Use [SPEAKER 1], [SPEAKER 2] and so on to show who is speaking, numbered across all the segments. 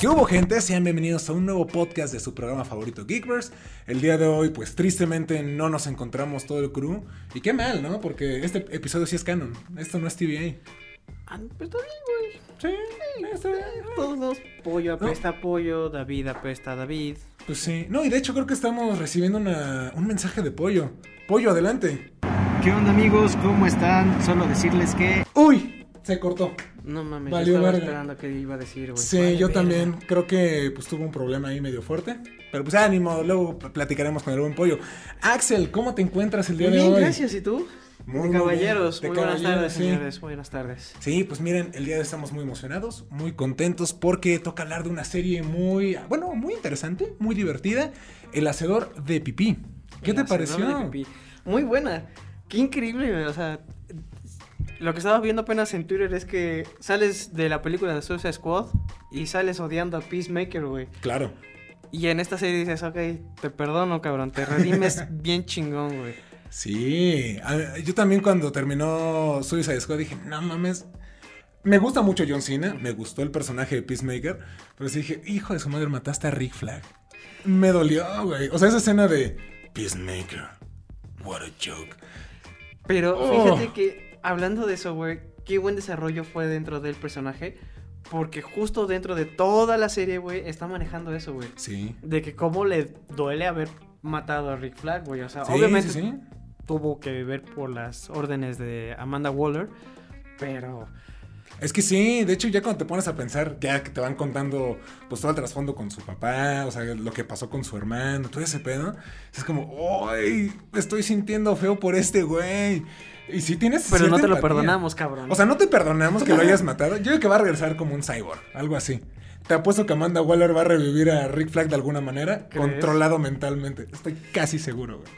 [SPEAKER 1] ¿Qué hubo gente? Sean bienvenidos a un nuevo podcast de su programa favorito Geekverse. El día de hoy pues tristemente no nos encontramos todo el crew y qué mal, ¿no? Porque este episodio sí es canon, esto no es TVA.
[SPEAKER 2] Ah, no, pero está bien, güey.
[SPEAKER 1] Sí, está bien.
[SPEAKER 2] Todos los pollo apesta a pollo, David apesta a David.
[SPEAKER 1] Pues sí. No, y de hecho creo que estamos recibiendo una- un mensaje de Pollo. Pollo, adelante.
[SPEAKER 3] ¿Qué onda amigos? ¿Cómo están? Solo decirles que...
[SPEAKER 1] ¡Uy! Se cortó.
[SPEAKER 2] No mames,
[SPEAKER 1] Valió
[SPEAKER 2] yo estaba
[SPEAKER 1] verga.
[SPEAKER 2] esperando que iba a decir, güey.
[SPEAKER 1] Sí,
[SPEAKER 2] Vale,
[SPEAKER 1] yo
[SPEAKER 2] verga.
[SPEAKER 1] también creo que pues tuvo un problema ahí medio fuerte. Pero pues ánimo, luego platicaremos con el buen pollo. Axel, ¿cómo te encuentras el día
[SPEAKER 2] Muy
[SPEAKER 1] de
[SPEAKER 2] bien,
[SPEAKER 1] hoy?
[SPEAKER 2] gracias. ¿Y tú?
[SPEAKER 1] Muy,
[SPEAKER 2] de
[SPEAKER 1] muy
[SPEAKER 2] caballeros,
[SPEAKER 1] bien.
[SPEAKER 2] muy
[SPEAKER 1] De caballeros,
[SPEAKER 2] buenas tardes,
[SPEAKER 1] sí.
[SPEAKER 2] señores. Muy buenas tardes.
[SPEAKER 1] Sí, pues miren, el día de hoy estamos muy emocionados, muy contentos porque toca hablar de una serie muy, bueno, muy interesante, muy divertida, El Hacedor de Pipí. ¿Qué
[SPEAKER 2] El
[SPEAKER 1] te
[SPEAKER 2] hacedor
[SPEAKER 1] pareció?
[SPEAKER 2] de pipí. Muy buena. Qué increíble, güey, o sea, lo que estaba viendo apenas en Twitter es que sales de la película de Suicide Squad y sales odiando a Peacemaker, güey.
[SPEAKER 1] Claro.
[SPEAKER 2] Y en esta serie dices, ok, te perdono, cabrón, te redimes bien chingón, güey.
[SPEAKER 1] Sí, a- yo también cuando terminó Suicide Squad dije, no mames, me gusta mucho John Cena, me gustó el personaje de Peacemaker, pero sí dije, hijo de su madre, mataste a Rick Flag. Me dolió, güey. O sea, esa escena de Peacemaker, what a joke.
[SPEAKER 2] Pero
[SPEAKER 1] Oh.
[SPEAKER 2] fíjate que hablando de eso, güey, qué buen desarrollo fue dentro del personaje. Porque justo dentro de toda la serie, güey, está manejando eso, güey.
[SPEAKER 1] Sí.
[SPEAKER 2] De que cómo le duele haber matado a Rick Flag, güey. O sea,
[SPEAKER 1] Sí,
[SPEAKER 2] obviamente
[SPEAKER 1] sí, sí.
[SPEAKER 2] tuvo que ver por las órdenes de Amanda Waller. Pero
[SPEAKER 1] Es que sí, de hecho ya cuando te pones a pensar, ya que te van contando pues todo el trasfondo con su papá, o sea, lo que pasó con su hermano, todo ese pedo, es como, ¡ay! Estoy sintiendo feo por este güey. Y si tienes...
[SPEAKER 2] pero
[SPEAKER 1] cierta
[SPEAKER 2] no te lo
[SPEAKER 1] empatía.
[SPEAKER 2] perdonamos, cabrón.
[SPEAKER 1] O sea, no te perdonamos que lo hayas matado. Yo creo que va a regresar como un cyborg, algo así. Te apuesto que Amanda Waller va a revivir a Rick Flag de alguna manera,
[SPEAKER 2] ¿Crees? Pues
[SPEAKER 1] controlado mentalmente. Estoy casi seguro, güey.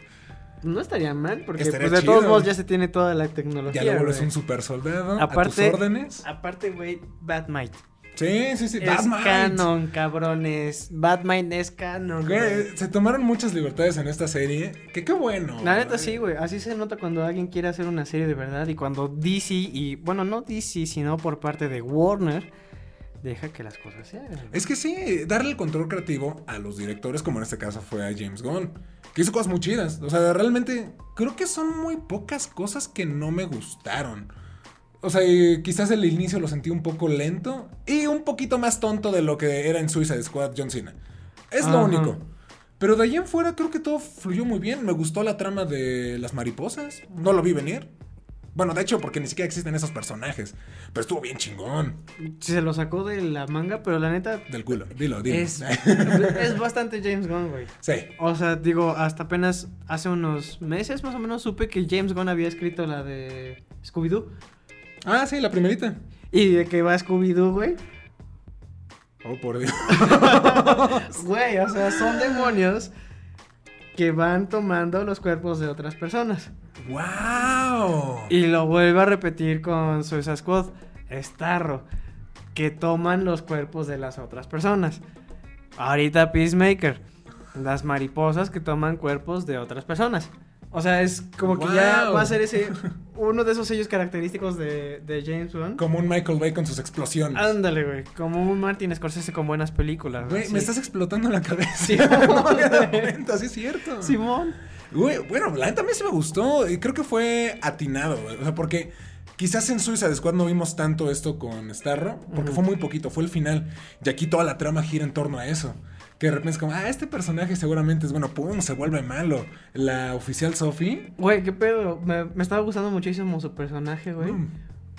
[SPEAKER 2] no estaría mal, porque
[SPEAKER 1] Estaría
[SPEAKER 2] pues, de
[SPEAKER 1] chido.
[SPEAKER 2] todos modos ya se tiene toda la
[SPEAKER 1] Ya
[SPEAKER 2] tecnología.
[SPEAKER 1] lo vuelves
[SPEAKER 2] güey.
[SPEAKER 1] un super soldado.
[SPEAKER 2] Aparte-
[SPEAKER 1] a tus órdenes.
[SPEAKER 2] Aparte, güey, Batmite.
[SPEAKER 1] Sí, sí, sí.
[SPEAKER 2] Es
[SPEAKER 1] Batman.
[SPEAKER 2] canon, cabrones. Batman es canon. güey.
[SPEAKER 1] Güey, se tomaron muchas libertades en esta serie. Que qué bueno.
[SPEAKER 2] La neta sí, güey. Así se nota cuando alguien quiere hacer una serie de verdad y cuando DC y, bueno, no DC, sino por parte de Warner, deja que las cosas se hagan. güey.
[SPEAKER 1] Es que sí, darle el control creativo a los directores, como en este caso fue a James Gunn, que hizo cosas muy chidas. O sea, realmente creo que son muy pocas cosas que no me gustaron. O sea, y quizás el inicio lo sentí un poco lento y un poquito más tonto de lo que era en Suicide Squad John Cena. Es lo
[SPEAKER 2] Ajá.
[SPEAKER 1] único. Pero de allí en fuera creo que todo fluyó muy bien. Me gustó la trama de las mariposas. No lo vi venir. Bueno, de hecho, porque ni siquiera existen esos personajes. Pero estuvo bien chingón.
[SPEAKER 2] Sí, se lo sacó de la manga, pero la neta
[SPEAKER 1] Del culo. Dilo, dilo.
[SPEAKER 2] es, es bastante James Gunn, güey.
[SPEAKER 1] sí.
[SPEAKER 2] O sea, digo, hasta apenas hace unos meses más o menos supe que James Gunn había escrito la de Scooby-Doo.
[SPEAKER 1] Ah, sí, la primerita.
[SPEAKER 2] Y de que va Scooby-Doo, güey.
[SPEAKER 1] Oh, por Dios.
[SPEAKER 2] Güey, o sea, son demonios que van tomando los cuerpos de otras personas.
[SPEAKER 1] ¡Wow!
[SPEAKER 2] Y lo vuelve a repetir con Suicide Squad, Starro, que toman los cuerpos de las otras personas. Ahorita Peacemaker, las mariposas que toman cuerpos de otras personas. O sea, es como que ya
[SPEAKER 1] Wow.
[SPEAKER 2] va a ser ese uno de esos sellos característicos de, de James Gunn.
[SPEAKER 1] Como un Michael Bay con sus explosiones.
[SPEAKER 2] Ándale, güey, como un Martin Scorsese con buenas películas.
[SPEAKER 1] Ah, Güey,
[SPEAKER 2] así.
[SPEAKER 1] me estás explotando la cabeza.
[SPEAKER 2] Sí.
[SPEAKER 1] no me había dado cuenta, sí es cierto.
[SPEAKER 2] Simón.
[SPEAKER 1] Güey, bueno, la neta a mí sí me gustó. Y creo que fue atinado, güey. O sea, porque quizás en Suicide Squad no vimos tanto esto con Starro. Porque
[SPEAKER 2] Ujú.
[SPEAKER 1] fue muy poquito, fue el final. Y aquí toda la trama gira en torno a eso. Que de repente es como, ah, este personaje seguramente es bueno, pum, se vuelve malo. La oficial Sophie.
[SPEAKER 2] Güey, qué pedo. Me, me estaba gustando muchísimo su personaje, güey.
[SPEAKER 1] mm,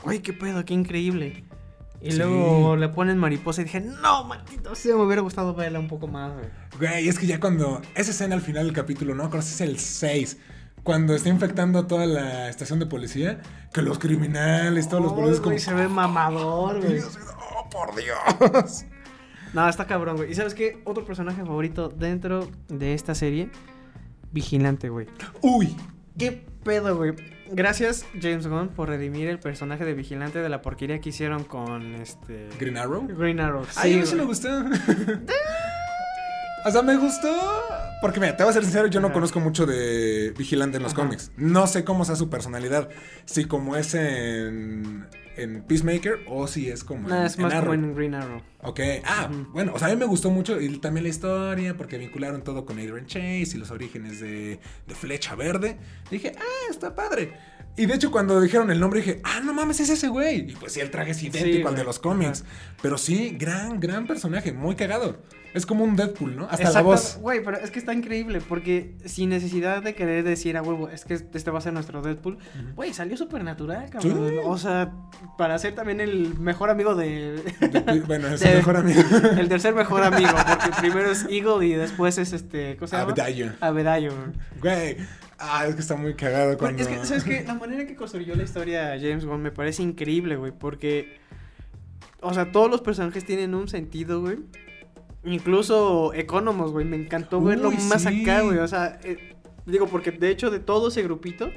[SPEAKER 2] Güey, qué pedo, qué increíble. Y
[SPEAKER 1] Sí.
[SPEAKER 2] luego le ponen mariposa y dije, no, maldito, sí me hubiera gustado verla un poco más, güey.
[SPEAKER 1] Güey, es que ya cuando. Esa escena al final del capítulo, ¿no? Creo que es el 6. Cuando está infectando a toda la estación de policía, que los criminales, todos los
[SPEAKER 2] Ay,
[SPEAKER 1] policías como.
[SPEAKER 2] Oh, güey, se ve mamador, güey.
[SPEAKER 1] Dios, ¡Oh, por Dios!
[SPEAKER 2] No, está cabrón, güey. ¿Y sabes qué? Otro personaje favorito dentro de esta serie, Vigilante, güey.
[SPEAKER 1] ¡Uy!
[SPEAKER 2] ¿Qué pedo, güey? Gracias, James Gunn, por redimir el personaje de Vigilante de la porquería que hicieron con este.
[SPEAKER 1] ¿Green Arrow?
[SPEAKER 2] Green Arrow. Sí,
[SPEAKER 1] Ay, a mí sí me
[SPEAKER 2] güey.
[SPEAKER 1] gustó. O sea, me gustó. Porque mira, te voy a ser sincero, yo no
[SPEAKER 2] Ajá.
[SPEAKER 1] conozco mucho de Vigilante en los
[SPEAKER 2] Ajá.
[SPEAKER 1] cómics. No sé cómo sea su personalidad. Si como es en, en Peacemaker o si es como
[SPEAKER 2] No,
[SPEAKER 1] en,
[SPEAKER 2] es
[SPEAKER 1] en
[SPEAKER 2] más como
[SPEAKER 1] Arrow.
[SPEAKER 2] en Green Arrow.
[SPEAKER 1] Ok, ah,
[SPEAKER 2] Ujú.
[SPEAKER 1] bueno, o sea, a mí me gustó mucho y también la historia porque vincularon todo con Adrian Chase y los orígenes de, de Flecha Verde. Dije, ah, está padre. Y de hecho, cuando dijeron el nombre, dije, ah, no mames, es ese güey. Y pues sí, el traje es idéntico al
[SPEAKER 2] güey.
[SPEAKER 1] de los cómics. Pero sí, gran, gran personaje, muy cagado. Es como un Deadpool, ¿no? Hasta la
[SPEAKER 2] Exacto,
[SPEAKER 1] voz.
[SPEAKER 2] Güey, pero es que está increíble porque sin necesidad de querer decir a huevo, es que este va a ser nuestro Deadpool, güey, salió supernatural, cabrón.
[SPEAKER 1] Sí.
[SPEAKER 2] O sea, para ser también el mejor amigo de.
[SPEAKER 1] De- de- bueno, es
[SPEAKER 2] de-
[SPEAKER 1] el mejor amigo.
[SPEAKER 2] el tercer mejor amigo, porque primero es Eagle y después es este. ¿Cómo se llama?
[SPEAKER 1] Abdayo.
[SPEAKER 2] Abedayo, güey.
[SPEAKER 1] Ah, Güey. Ah, es que está muy cagado
[SPEAKER 2] Pero
[SPEAKER 1] cuando...
[SPEAKER 2] Pues, Es que, ¿sabes qué? La manera en que construyó la historia James Wan me parece increíble, güey, porque, o sea, todos los personajes tienen un sentido, güey. Incluso Economos, güey, me encantó
[SPEAKER 1] Uy,
[SPEAKER 2] verlo más
[SPEAKER 1] sí.
[SPEAKER 2] acá, güey, o sea, eh, digo, porque de hecho de todo ese grupito,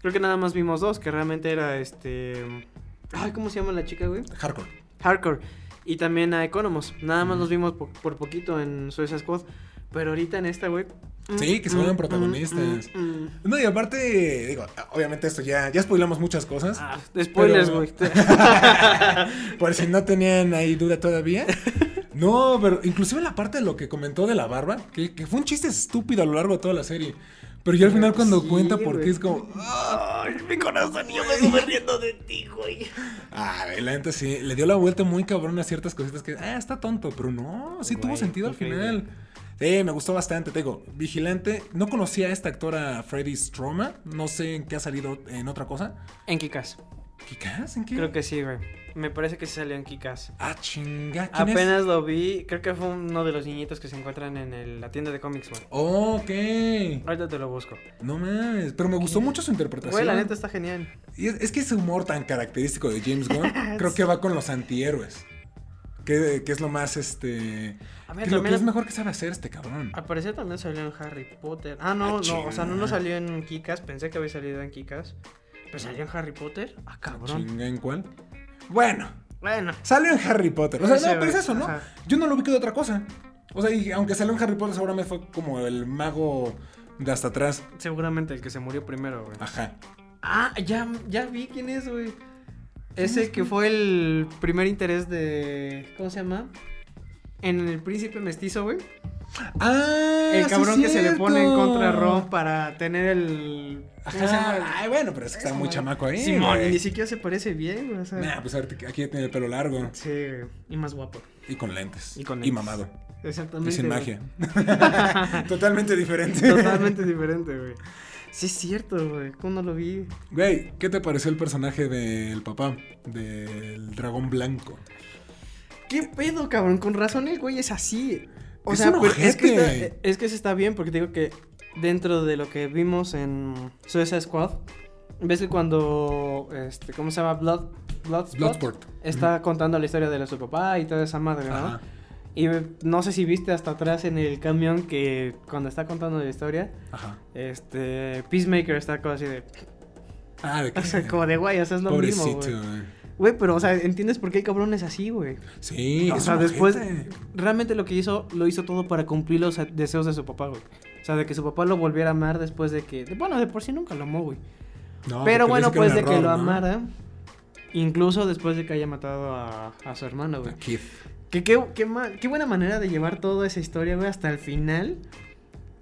[SPEAKER 2] creo que nada más vimos dos, que realmente era este... Ay, ¿cómo se llama la chica, güey?
[SPEAKER 1] ah, Hardcore.
[SPEAKER 2] Hardcore. Y también a Economos. Nada más los vimos po- por, poquito en Suicide Squad. Pero ahorita en esta, güey. mm,
[SPEAKER 1] Sí, que se vuelven
[SPEAKER 2] mm,
[SPEAKER 1] protagonistas.
[SPEAKER 2] mm, mm, mm.
[SPEAKER 1] No, y aparte, digo, obviamente esto ya, ya spoilamos muchas cosas.
[SPEAKER 2] Ah, de spoilers,
[SPEAKER 1] Pero-
[SPEAKER 2] güey.
[SPEAKER 1] Por si no tenían ahí duda todavía. No, pero inclusive la parte de lo que comentó de la barba, que, que fue un chiste estúpido a lo largo de toda la serie. Pero ya al final cuando
[SPEAKER 2] Sí,
[SPEAKER 1] cuenta por qué
[SPEAKER 2] güey.
[SPEAKER 1] es como...
[SPEAKER 4] Ay, mi corazón, yo me estuve riendo de ti, güey.
[SPEAKER 1] Ah, la neta sí, le dio la vuelta muy cabrón a ciertas cositas que... Ah, está tonto, pero no, sí tuvo
[SPEAKER 2] Güey,
[SPEAKER 1] sentido al
[SPEAKER 2] increíble.
[SPEAKER 1] final. Sí, me gustó bastante, te digo, Vigilante, no conocía a esta actora Freddy Stroma, no sé en qué ha salido en otra cosa.
[SPEAKER 2] en Kikas.
[SPEAKER 1] ¿Kikas? ¿En qué?
[SPEAKER 2] Creo que sí, güey. Me parece que sí salió en Kikas.
[SPEAKER 1] Ah, chinga, ¿quién es?
[SPEAKER 2] Apenas lo vi. Creo que fue uno de los niñitos que se encuentran en el- la tienda de cómics, güey.
[SPEAKER 1] Ok.
[SPEAKER 2] Ahorita te lo busco.
[SPEAKER 1] No mames, pero me gustó mucho su interpretación.
[SPEAKER 2] Güey, la neta está genial.
[SPEAKER 1] Y es, es que ese humor tan característico de James Gunn, creo que va con los antihéroes. Que, que es lo más, este...
[SPEAKER 2] A
[SPEAKER 1] que
[SPEAKER 2] ver,
[SPEAKER 1] es lo que
[SPEAKER 2] también. Ah,
[SPEAKER 1] es mejor que sabe hacer este cabrón.
[SPEAKER 2] Al parecer también salió en Harry Potter. Ah, no,
[SPEAKER 1] Ah,
[SPEAKER 2] no. O sea, no, no
[SPEAKER 1] chinga.
[SPEAKER 2] salió en Kikas. Pensé que había salido en Kikas. Pero salió en Harry Potter. Ah, cabrón.
[SPEAKER 1] Chinga, ¿en cuál? Bueno,
[SPEAKER 2] Bueno.
[SPEAKER 1] salió en Harry Potter. O sea,
[SPEAKER 2] Sí,
[SPEAKER 1] no, pero es
[SPEAKER 2] güey,
[SPEAKER 1] eso, ¿no?
[SPEAKER 2] ajá.
[SPEAKER 1] Yo no lo ubico de otra cosa. O sea, y aunque salió en Harry Potter, seguramente fue como el mago de hasta atrás.
[SPEAKER 2] Seguramente el que se murió primero, güey.
[SPEAKER 1] Ajá.
[SPEAKER 2] Ah, ya, ya vi quién es, güey. Ese que fue el primer interés de. ¿Cómo se llama? En el príncipe mestizo, güey.
[SPEAKER 1] Ah,
[SPEAKER 2] El
[SPEAKER 1] sí
[SPEAKER 2] cabrón
[SPEAKER 1] es
[SPEAKER 2] que se le pone en
[SPEAKER 1] cierto.
[SPEAKER 2] contra a Ron para tener el. ¿Cómo se
[SPEAKER 1] Ajá.
[SPEAKER 2] llama?
[SPEAKER 1] Ay, bueno, pero es que está
[SPEAKER 2] Esa
[SPEAKER 1] muy
[SPEAKER 2] madre.
[SPEAKER 1] chamaco ahí.
[SPEAKER 2] Simón,
[SPEAKER 1] güey.
[SPEAKER 2] y ni siquiera se parece bien, güey. O sea.
[SPEAKER 1] Nah, pues ahorita aquí ya tiene el pelo largo
[SPEAKER 2] Sí, güey. Y más guapo.
[SPEAKER 1] y con lentes.
[SPEAKER 2] Y con lentes.
[SPEAKER 1] mamado.
[SPEAKER 2] Exactamente.
[SPEAKER 1] y sin
[SPEAKER 2] güey.
[SPEAKER 1] magia. Totalmente diferente.
[SPEAKER 2] Totalmente diferente, güey. Sí, es cierto, güey. ¿Cómo no lo vi?
[SPEAKER 1] Güey, ¿qué te pareció el personaje del papá? Del dragón blanco.
[SPEAKER 2] ¿Qué pedo, cabrón? Con razón el güey es así. O
[SPEAKER 1] Es
[SPEAKER 2] sea,
[SPEAKER 1] un
[SPEAKER 2] pero es, que
[SPEAKER 1] ojete.
[SPEAKER 2] está, eh, es que se está bien porque te digo que dentro de lo que vimos en Suicide Squad, ves que cuando, este, ¿cómo se llama? Blood, Bloodspot
[SPEAKER 1] Bloodsport.
[SPEAKER 2] Está contando la historia de, lo de su papá y toda esa madre, ¿no?
[SPEAKER 1] Ajá.
[SPEAKER 2] Y eh, no sé si viste hasta atrás en el camión que cuando está contando la historia,
[SPEAKER 1] Ajá.
[SPEAKER 2] este, Peacemaker está como así de,
[SPEAKER 1] Ah, de
[SPEAKER 2] o sea,
[SPEAKER 1] que.
[SPEAKER 2] como de güey, o sea, es lo mismo,
[SPEAKER 1] Pobrecito,
[SPEAKER 2] güey.
[SPEAKER 1] güey.
[SPEAKER 2] Güey, pero, o sea, ¿entiendes por qué el cabrón es así, güey?
[SPEAKER 1] Sí,
[SPEAKER 2] o
[SPEAKER 1] es
[SPEAKER 2] sea,
[SPEAKER 1] un
[SPEAKER 2] después,
[SPEAKER 1] ojete.
[SPEAKER 2] realmente lo que hizo, lo hizo todo para cumplir los deseos de su papá, güey. O sea, de que su papá lo volviera a amar después de que... de- bueno, de por sí nunca lo amó, güey.
[SPEAKER 1] No, Ah, porque le
[SPEAKER 2] Pero bueno,
[SPEAKER 1] dice que
[SPEAKER 2] pues
[SPEAKER 1] era
[SPEAKER 2] de
[SPEAKER 1] un
[SPEAKER 2] que lo
[SPEAKER 1] error, ¿no?
[SPEAKER 2] amara. Incluso después de que haya matado a, a su hermano, güey.
[SPEAKER 1] A Keith.
[SPEAKER 2] Que qué, qué ma- qué buena manera de llevar toda esa historia, güey, hasta el final.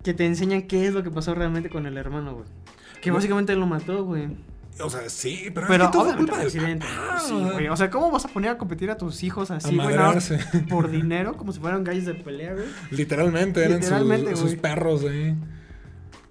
[SPEAKER 2] Que te enseñan qué es lo que pasó realmente con el hermano, güey. Que
[SPEAKER 1] Güey.
[SPEAKER 2] básicamente lo mató, güey.
[SPEAKER 1] O sea, sí, pero,
[SPEAKER 2] Pero
[SPEAKER 1] es que todo fue
[SPEAKER 2] obviamente
[SPEAKER 1] culpa
[SPEAKER 2] fue
[SPEAKER 1] del
[SPEAKER 2] accidente.
[SPEAKER 1] papá,
[SPEAKER 2] Sí,
[SPEAKER 1] o sea,
[SPEAKER 2] güey. O sea, ¿cómo vas a poner a competir a tus hijos así,
[SPEAKER 1] A
[SPEAKER 2] güey? nada más
[SPEAKER 1] madrarse.
[SPEAKER 2] Por dinero, como si fueran gallos de pelea, güey.
[SPEAKER 1] Literalmente, eran sus-
[SPEAKER 2] Literalmente,
[SPEAKER 1] sus,
[SPEAKER 2] güey.
[SPEAKER 1] perros, ahí.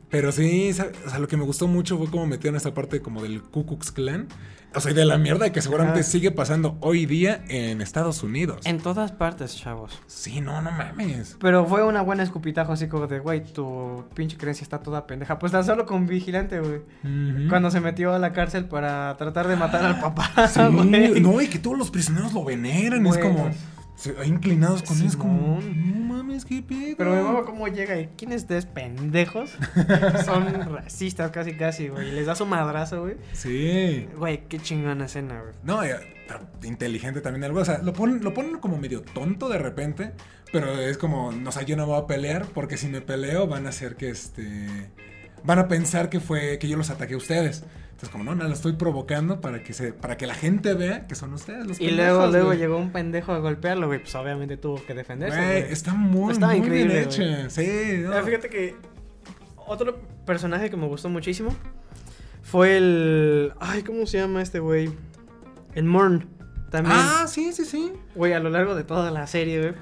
[SPEAKER 1] Pero sí, sa- o sea, lo que me gustó mucho fue cómo metieron esta parte como del Ku Klux Klan. O sea, y de la mierda que seguramente
[SPEAKER 2] Ajá.
[SPEAKER 1] sigue pasando hoy día en Estados Unidos.
[SPEAKER 2] En todas partes, chavos.
[SPEAKER 1] Sí, no, no mames.
[SPEAKER 2] Pero fue una buena escupitajo así como de, güey, tu pinche creencia está toda pendeja. Pues tan solo con vigilante, güey.
[SPEAKER 1] Ujú.
[SPEAKER 2] Cuando se metió a la cárcel para tratar de matar al papá,
[SPEAKER 1] Sí,
[SPEAKER 2] güey.
[SPEAKER 1] no, y que todos los prisioneros lo veneran. Es
[SPEAKER 2] Güey, pues,
[SPEAKER 1] como, Se- hay inclinados con es como. No
[SPEAKER 2] Simón.
[SPEAKER 1] mames, qué pedo.
[SPEAKER 2] Pero me mama cómo llega y ¿quiénes ustedes pendejos? Son racistas casi casi, güey. Les da su madrazo, güey.
[SPEAKER 1] Sí.
[SPEAKER 2] Güey, qué chingona escena, güey.
[SPEAKER 1] No, eh, pero inteligente también algo. O sea, lo ponen, lo ponen como medio tonto de repente. Pero es como, no, o sea, yo no voy a pelear. Porque si me peleo, van a hacer que este. Van a pensar que fue. que yo los ataqué a ustedes. Entonces, como no, no, lo estoy provocando para que se. para que la gente vea que son ustedes los
[SPEAKER 2] Y luego,
[SPEAKER 1] pendejos,
[SPEAKER 2] luego
[SPEAKER 1] güey.
[SPEAKER 2] llegó un pendejo a golpearlo, güey. Pues obviamente tuvo que defenderse.
[SPEAKER 1] Güey,
[SPEAKER 2] güey.
[SPEAKER 1] está muy,
[SPEAKER 2] Estaba
[SPEAKER 1] muy
[SPEAKER 2] increíble,
[SPEAKER 1] bien hecha. Sí, no.
[SPEAKER 2] Ah, fíjate que otro personaje que me gustó muchísimo fue el. Ay, ¿cómo se llama este güey? El Morn. También.
[SPEAKER 1] Ah, sí, sí, sí.
[SPEAKER 2] Güey, a lo largo de toda la serie, güey.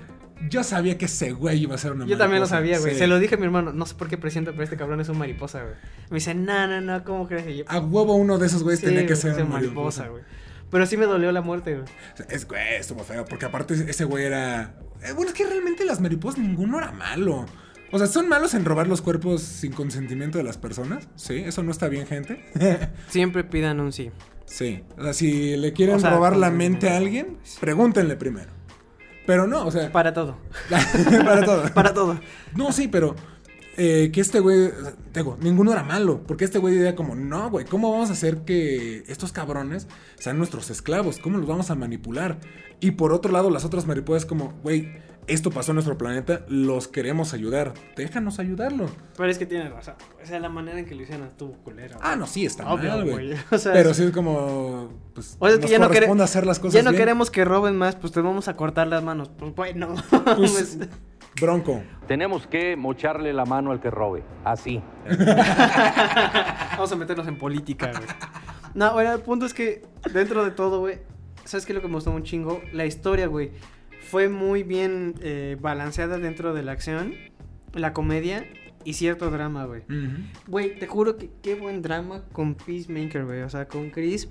[SPEAKER 1] Yo sabía que ese güey iba a ser una
[SPEAKER 2] Yo también lo
[SPEAKER 1] mariposa.
[SPEAKER 2] sabía, güey.
[SPEAKER 1] Sí.
[SPEAKER 2] Se lo dije a mi hermano. No sé por qué presiento, pero este cabrón es un mariposa, güey. Me dice, no, no, no, ¿cómo crees? Y yo,
[SPEAKER 1] A huevo uno de esos güeyes
[SPEAKER 2] sí,
[SPEAKER 1] Ah, tenía que
[SPEAKER 2] güey,
[SPEAKER 1] ser
[SPEAKER 2] ese
[SPEAKER 1] una mariposa.
[SPEAKER 2] güey. Pero sí me dolió la muerte, güey.
[SPEAKER 1] Es güey, estuvo feo, porque aparte ese güey era. eh, Bueno, es que realmente las mariposas ninguno era malo. O sea, son malos en robar los cuerpos sin consentimiento de las personas. Sí, eso no está bien, gente.
[SPEAKER 2] Siempre pidan un sí.
[SPEAKER 1] sí. O sea, si le quieren
[SPEAKER 2] O sea,
[SPEAKER 1] robar la
[SPEAKER 2] con-
[SPEAKER 1] mente a alguien, pregúntenle primero. Pero no, o sea,
[SPEAKER 2] Para todo.
[SPEAKER 1] para todo.
[SPEAKER 2] Para todo.
[SPEAKER 1] No, sí, pero eh, que este güey, o sea, te digo, ninguno era malo, porque este güey era como, no, güey, ¿cómo vamos a hacer que estos cabrones sean nuestros esclavos? ¿Cómo los vamos a manipular? Y por otro lado, las otras mariposas como, güey, esto pasó en nuestro planeta, los queremos ayudar, déjanos ayudarlo.
[SPEAKER 2] Pero es que tiene razón. O sea, la manera en que lo hicieron estuvo culera. güey.
[SPEAKER 1] Ah, no, sí, está
[SPEAKER 2] Obvio,
[SPEAKER 1] mal,
[SPEAKER 2] güey.
[SPEAKER 1] güey.
[SPEAKER 2] O sea,
[SPEAKER 1] Pero sí es como, pues,
[SPEAKER 2] O sea, que
[SPEAKER 1] nos
[SPEAKER 2] ya no quere-
[SPEAKER 1] corresponde hacer las cosas
[SPEAKER 2] ya no
[SPEAKER 1] bien.
[SPEAKER 2] queremos que roben más, pues te vamos a cortar las manos. Pues bueno.
[SPEAKER 1] Pues, bronco.
[SPEAKER 5] Tenemos que mocharle la mano al que robe. Así.
[SPEAKER 2] vamos a meternos en política, güey. No, bueno, el punto es que dentro de todo, güey, ¿sabes qué es lo que me gustó un chingo? La historia, güey. Fue muy bien eh, balanceada dentro de la acción, la comedia y cierto drama, güey.
[SPEAKER 1] Ujú.
[SPEAKER 2] Güey, te juro que qué buen drama con Peacemaker, güey. O sea, con Chris.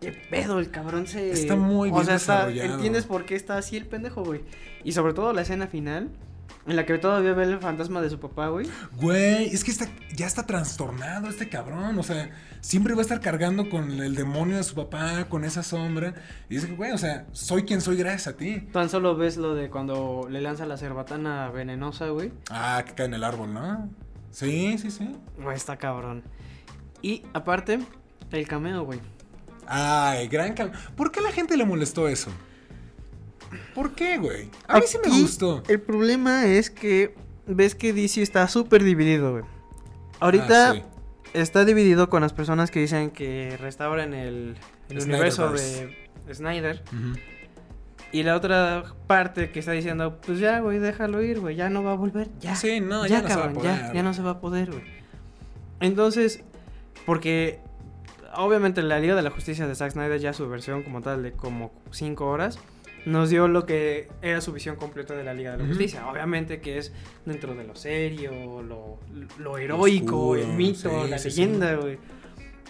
[SPEAKER 2] Qué pedo, el cabrón se.
[SPEAKER 1] Está muy bien
[SPEAKER 2] O sea, está-
[SPEAKER 1] desarrollado.
[SPEAKER 2] entiendes por qué está así el pendejo, güey. Y sobre todo la escena final, en la que todavía ve el fantasma de su papá, güey.
[SPEAKER 1] Güey, es que está, ya está trastornado este cabrón. O sea, siempre va a estar cargando con el demonio de su papá, con esa sombra. Y dice que, güey, o sea, soy quien soy gracias a ti.
[SPEAKER 2] Tan solo ves lo de cuando le lanza la cerbatana venenosa, güey.
[SPEAKER 1] Ah, que cae en el árbol, ¿no? Sí, sí, sí.
[SPEAKER 2] Güey, está cabrón. Y aparte, el cameo, güey.
[SPEAKER 1] Ay, gran cam... ¿Por qué a la gente le molestó eso? ¿Por qué, güey? A mí sí me
[SPEAKER 2] Aquí,
[SPEAKER 1] gustó.
[SPEAKER 2] El problema es que ves que DC está súper dividido, güey. Ahorita
[SPEAKER 1] Ah, sí.
[SPEAKER 2] está dividido con las personas que dicen que restauran el, el universo de Snyder.
[SPEAKER 1] Ujú.
[SPEAKER 2] Y la otra parte que está diciendo, pues ya, güey, déjalo ir, güey, ya no va a volver. Ya,
[SPEAKER 1] Sí, no, ya no se va a
[SPEAKER 2] ya,
[SPEAKER 1] poder.
[SPEAKER 2] ya no se va a poder, güey. Entonces, porque obviamente la Liga de la Justicia de Zack Snyder, ya su versión como tal de como 5 horas, nos dio lo que era su visión completa de la Liga de la
[SPEAKER 1] Ujú.
[SPEAKER 2] Justicia. Obviamente que es dentro de lo serio, lo, lo heroico, el
[SPEAKER 1] Oscuro,
[SPEAKER 2] mito,
[SPEAKER 1] sí,
[SPEAKER 2] la
[SPEAKER 1] sí, sí.
[SPEAKER 2] leyenda, güey.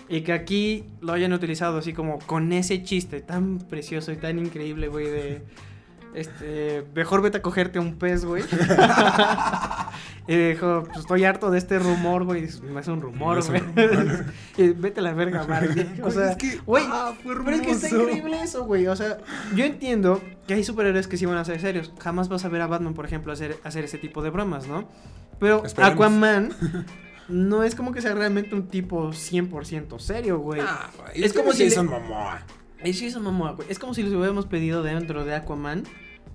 [SPEAKER 2] Y que aquí lo hayan utilizado así como con ese chiste tan precioso y tan increíble, güey, de... Este, mejor vete a cogerte un pez, güey. y dijo, pues estoy harto de este rumor, güey. Dices, Me hace un rumor,
[SPEAKER 1] Me
[SPEAKER 2] güey.
[SPEAKER 1] hace un
[SPEAKER 2] Y vete a la verga, Marvel. O
[SPEAKER 1] Güey,
[SPEAKER 2] sea,
[SPEAKER 1] es que-
[SPEAKER 2] güey,
[SPEAKER 1] ah, fue
[SPEAKER 2] pero es que está
[SPEAKER 1] hermoso.
[SPEAKER 2] increíble eso, güey. O sea, yo entiendo que hay superhéroes que sí van a ser serios. Jamás vas a ver a Batman, por ejemplo, hacer, hacer ese tipo de bromas, ¿no? Pero
[SPEAKER 1] Esperemos.
[SPEAKER 2] Aquaman no es como que sea realmente un tipo 100% serio, güey.
[SPEAKER 1] Ah, güey,
[SPEAKER 2] Es como si le-
[SPEAKER 1] Jason Momoa.
[SPEAKER 2] Es Jason Momoa, güey. Es como si les hubiéramos pedido dentro de Aquaman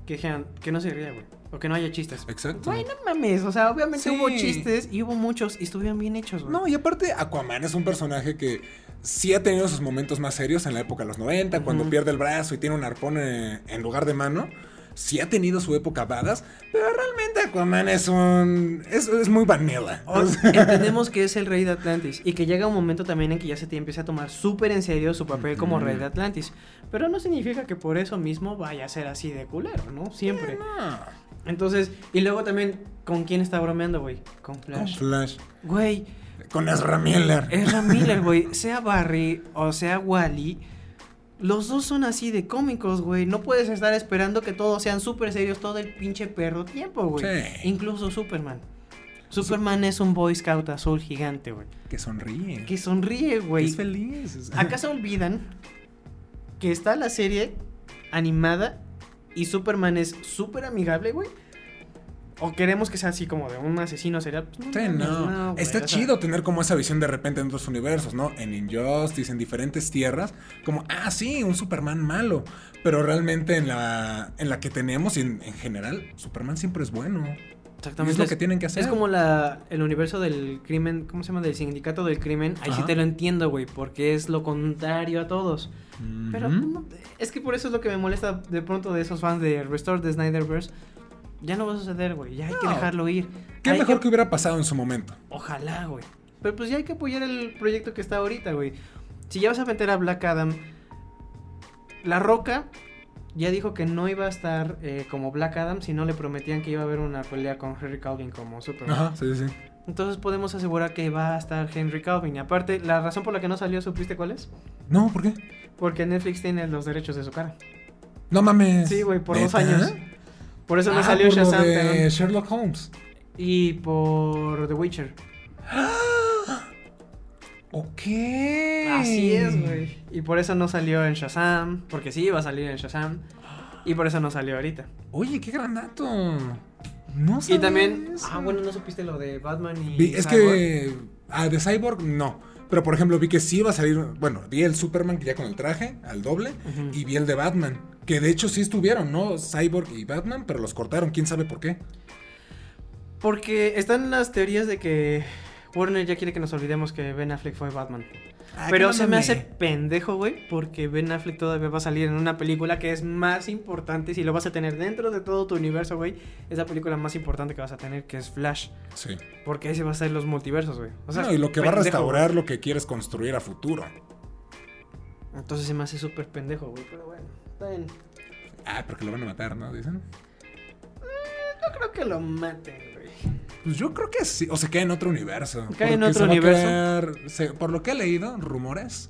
[SPEAKER 2] que, dijeran que no se ría, güey. O que no haya chistes.
[SPEAKER 1] Exacto.
[SPEAKER 2] Güey, no mames. O sea, obviamente
[SPEAKER 1] Sí.
[SPEAKER 2] hubo chistes y hubo muchos y estuvieron bien hechos, güey.
[SPEAKER 1] No, y aparte Aquaman es un personaje que sí ha tenido sus momentos más serios en la época de los 90, cuando
[SPEAKER 2] Ujú.
[SPEAKER 1] pierde el brazo y tiene un arpón eh, en lugar de mano. Sí ha tenido su época badass, pero realmente Aquaman es un... es, es muy vanilla.
[SPEAKER 2] O- Entendemos que es el rey de Atlantis y que llega un momento también en que ya se te empieza a tomar súper en serio su papel como rey de Atlantis. Pero no significa que por eso mismo vaya a ser así de culero, ¿no? Siempre.
[SPEAKER 1] Ah,
[SPEAKER 2] Entonces, y luego también, ¿con quién está bromeando, güey? Con
[SPEAKER 1] con
[SPEAKER 2] Flash. Eh,
[SPEAKER 1] Flash.
[SPEAKER 2] Güey,
[SPEAKER 1] Con Ezra Miller.
[SPEAKER 2] Ezra Miller, güey, sea Barry o sea Wally, los dos son así de cómicos, güey. No puedes estar esperando que todos sean súper serios todo el pinche perro tiempo, güey.
[SPEAKER 1] Sí.
[SPEAKER 2] Incluso Superman. Superman es un Boy Scout azul gigante, güey.
[SPEAKER 1] Que sonríe.
[SPEAKER 2] Que
[SPEAKER 1] que
[SPEAKER 2] sonríe, güey.
[SPEAKER 1] es feliz.
[SPEAKER 2] Acá se olvidan que está la serie animada y Superman es súper amigable, güey. O queremos que sea así como de un asesino serial. Pues,
[SPEAKER 1] Sí,
[SPEAKER 2] mames,
[SPEAKER 1] no.
[SPEAKER 2] güey,
[SPEAKER 1] Está
[SPEAKER 2] o sea,
[SPEAKER 1] chido tener como esa visión de repente en otros universos, ¿no? En Injustice, en diferentes tierras, como, ah, sí, un Superman malo. Pero realmente en la, en la que tenemos y en, en general, Superman siempre es bueno. Y
[SPEAKER 2] Exactamente.
[SPEAKER 1] es lo que tienen que hacer.
[SPEAKER 2] Es como la, el universo del crimen, ¿cómo se llama? Del sindicato del crimen. Ahí sí
[SPEAKER 1] Ajá.
[SPEAKER 2] te lo entiendo, güey, porque es lo contrario a todos.
[SPEAKER 1] Ujú.
[SPEAKER 2] Pero no te- es que por eso es lo que me molesta de pronto de esos fans de Restore the Snyderverse. Ya no va a suceder, güey. Ya hay que
[SPEAKER 1] No.
[SPEAKER 2] dejarlo ir.
[SPEAKER 1] Qué
[SPEAKER 2] Hay
[SPEAKER 1] mejor que... hubiera pasado en su momento.
[SPEAKER 2] Ojalá, güey. Pero pues ya hay que apoyar el proyecto que está ahorita, güey. Si ya vas a meter a Black Adam, La Roca ya dijo que no iba a estar eh, como Black Adam si no le prometían que iba a haber una pelea con Henry Calvin como Superman.
[SPEAKER 1] Ajá, sí, sí. sí.
[SPEAKER 2] Entonces podemos asegurar que va a estar Henry Calvin. Y aparte, la razón por la que no salió, ¿supiste cuál es?
[SPEAKER 1] No, ¿por qué?
[SPEAKER 2] Porque Netflix tiene los derechos de su cara.
[SPEAKER 1] No mames.
[SPEAKER 2] Sí, güey, por dos
[SPEAKER 1] ¿Neta?
[SPEAKER 2] años. Por eso no
[SPEAKER 1] Ah,
[SPEAKER 2] salió
[SPEAKER 1] por lo
[SPEAKER 2] Shazam.
[SPEAKER 1] de
[SPEAKER 2] perdón.
[SPEAKER 1] Sherlock Holmes.
[SPEAKER 2] Y por The Witcher.
[SPEAKER 1] Ok.
[SPEAKER 2] Así es, güey. Y por eso no salió en Shazam, porque sí iba a salir en Shazam. Y por eso no salió ahorita.
[SPEAKER 1] Oye, qué gran dato. No sé.
[SPEAKER 2] Y también... Ah, bueno, no supiste lo de Batman y...
[SPEAKER 1] Vi- es
[SPEAKER 2] Cyborg?
[SPEAKER 1] que. Ah, de Cyborg no. Pero por ejemplo, vi que sí iba a salir. Bueno, vi el Superman que ya con el traje, al doble.
[SPEAKER 2] Ujú.
[SPEAKER 1] Y vi el de Batman. Que de hecho sí estuvieron, ¿no? Cyborg y Batman, pero los cortaron. ¿Quién sabe por qué?
[SPEAKER 2] Porque están las teorías de que Warner ya quiere que nos olvidemos que Ben Affleck fue Batman.
[SPEAKER 1] Ah,
[SPEAKER 2] Pero
[SPEAKER 1] qué
[SPEAKER 2] se me
[SPEAKER 1] mame.
[SPEAKER 2] hace pendejo, güey, porque Ben Affleck todavía va a salir en una película que es más importante, si lo vas a tener dentro de todo tu universo, güey, es la película más importante que vas a tener, que es Flash,
[SPEAKER 1] Sí.
[SPEAKER 2] porque ese va a ser los multiversos, güey. O sea,
[SPEAKER 1] No, y lo que va a
[SPEAKER 2] pendejo,
[SPEAKER 1] restaurar lo que quieres construir a futuro.
[SPEAKER 2] güey. Entonces se me hace súper pendejo, güey, pero bueno, está bien. No
[SPEAKER 1] Ah, porque lo van a matar, ¿no? Dicen.
[SPEAKER 2] creo que lo maten, güey.
[SPEAKER 1] Pues yo creo que sí. O se cae en otro universo.
[SPEAKER 2] Cae en
[SPEAKER 1] Porque
[SPEAKER 2] otro
[SPEAKER 1] se va a
[SPEAKER 2] universo.
[SPEAKER 1] quedar- se- por lo que he leído, rumores.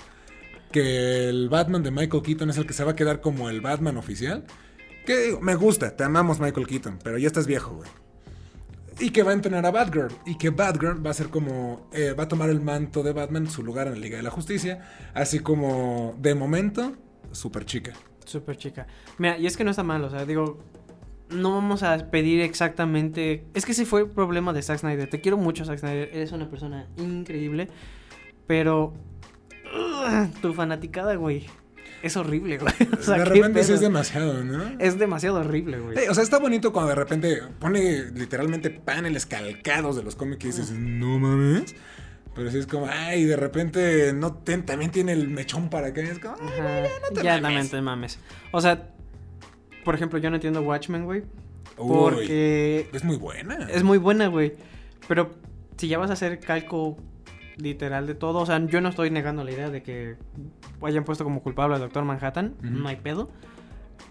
[SPEAKER 1] Que el Batman de Michael Keaton es el que se va a quedar como el Batman oficial. Que digo, me gusta, te amamos Michael Keaton, pero ya estás viejo, güey. Y que va a entrenar a Batgirl. Y que Batgirl va a ser como. eh, va a tomar el manto de Batman, su lugar en la Liga de la Justicia. Así como, de momento, super chica.
[SPEAKER 2] Súper chica. Mira, y es que no está mal, o sea, digo, no vamos a pedir exactamente. Es que ese fue el problema de Zack Snyder. Te quiero mucho, Zack Snyder. Eres una persona increíble. Pero. ugh, tu fanaticada, güey. Es horrible, güey. O sea,
[SPEAKER 1] de
[SPEAKER 2] qué
[SPEAKER 1] repente sí
[SPEAKER 2] pedo.
[SPEAKER 1] es demasiado, ¿no?
[SPEAKER 2] Es demasiado horrible, güey.
[SPEAKER 1] Sí, Eh, o sea, está bonito cuando de repente pone literalmente paneles calcados de los cómics y dices, no mames. Pero sí es como, ay, de repente no ten- también tiene el mechón para acá. Es como, "Ay,
[SPEAKER 2] Ajá,
[SPEAKER 1] te
[SPEAKER 2] ya
[SPEAKER 1] mames".
[SPEAKER 2] también te mames. O sea, por ejemplo, yo no entiendo Watchmen, güey.
[SPEAKER 1] uy,
[SPEAKER 2] Porque
[SPEAKER 1] es muy buena.
[SPEAKER 2] Es muy buena, güey. Pero si ya vas a hacer calco literal de todo, o sea, yo no estoy negando la idea de que hayan puesto como culpable al Doctor Manhattan,
[SPEAKER 1] Ujú.
[SPEAKER 2] no hay pedo.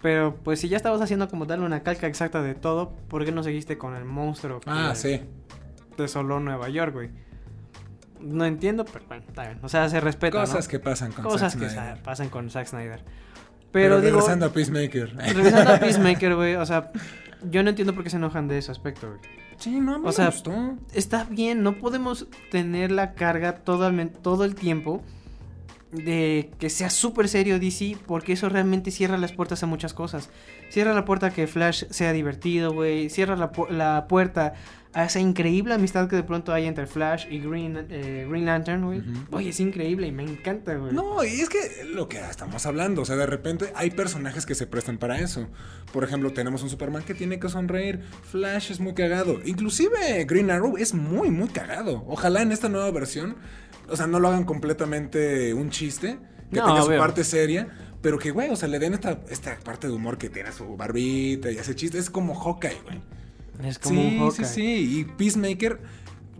[SPEAKER 2] Pero pues si ya estabas haciendo como tal una calca exacta de todo, ¿por qué no seguiste con el monstruo que
[SPEAKER 1] ah, sí.
[SPEAKER 2] desoló Nueva York, güey? No entiendo, pero bueno, está bien. O sea, se respeta. ¿no?
[SPEAKER 1] Cosas que pasan con
[SPEAKER 2] Cosas
[SPEAKER 1] Zack
[SPEAKER 2] que
[SPEAKER 1] Snyder.
[SPEAKER 2] sa- pasan con Zack Snyder.
[SPEAKER 1] Pero,
[SPEAKER 2] Pero, digo,
[SPEAKER 1] regresando a Peacemaker.
[SPEAKER 2] regresando a Peacemaker, güey, o sea, yo no entiendo por qué se enojan de ese aspecto, güey.
[SPEAKER 1] sí, no, a mí
[SPEAKER 2] o
[SPEAKER 1] me
[SPEAKER 2] sea,
[SPEAKER 1] gustó.
[SPEAKER 2] está bien, no podemos tener la carga todo el, todo el tiempo de que sea súper serio DC, porque eso realmente cierra las puertas a muchas cosas. Cierra la puerta a que Flash sea divertido, güey. Cierra la, pu- la puerta a esa increíble amistad que de pronto hay entre Flash y Green, eh, Green Lantern, güey.
[SPEAKER 1] Ujú.
[SPEAKER 2] Oye, es increíble y me encanta, güey.
[SPEAKER 1] No, y es que lo que estamos hablando, o sea, de repente hay personajes que se prestan para eso. Por ejemplo, tenemos un Superman que tiene que sonreír, Flash es muy cagado, inclusive Green Arrow es muy, muy cagado. Ojalá en esta nueva versión, o sea, no lo hagan completamente un chiste, que
[SPEAKER 2] No,
[SPEAKER 1] tenga su
[SPEAKER 2] obvio.
[SPEAKER 1] parte seria. Pero que, güey, o sea, le den esta, esta parte de humor que tiene su barbita y hace chiste. Es como Hawkeye, güey.
[SPEAKER 2] Es como
[SPEAKER 1] Sí,
[SPEAKER 2] un
[SPEAKER 1] sí,
[SPEAKER 2] Hawkeye.
[SPEAKER 1] sí. Y Peacemaker,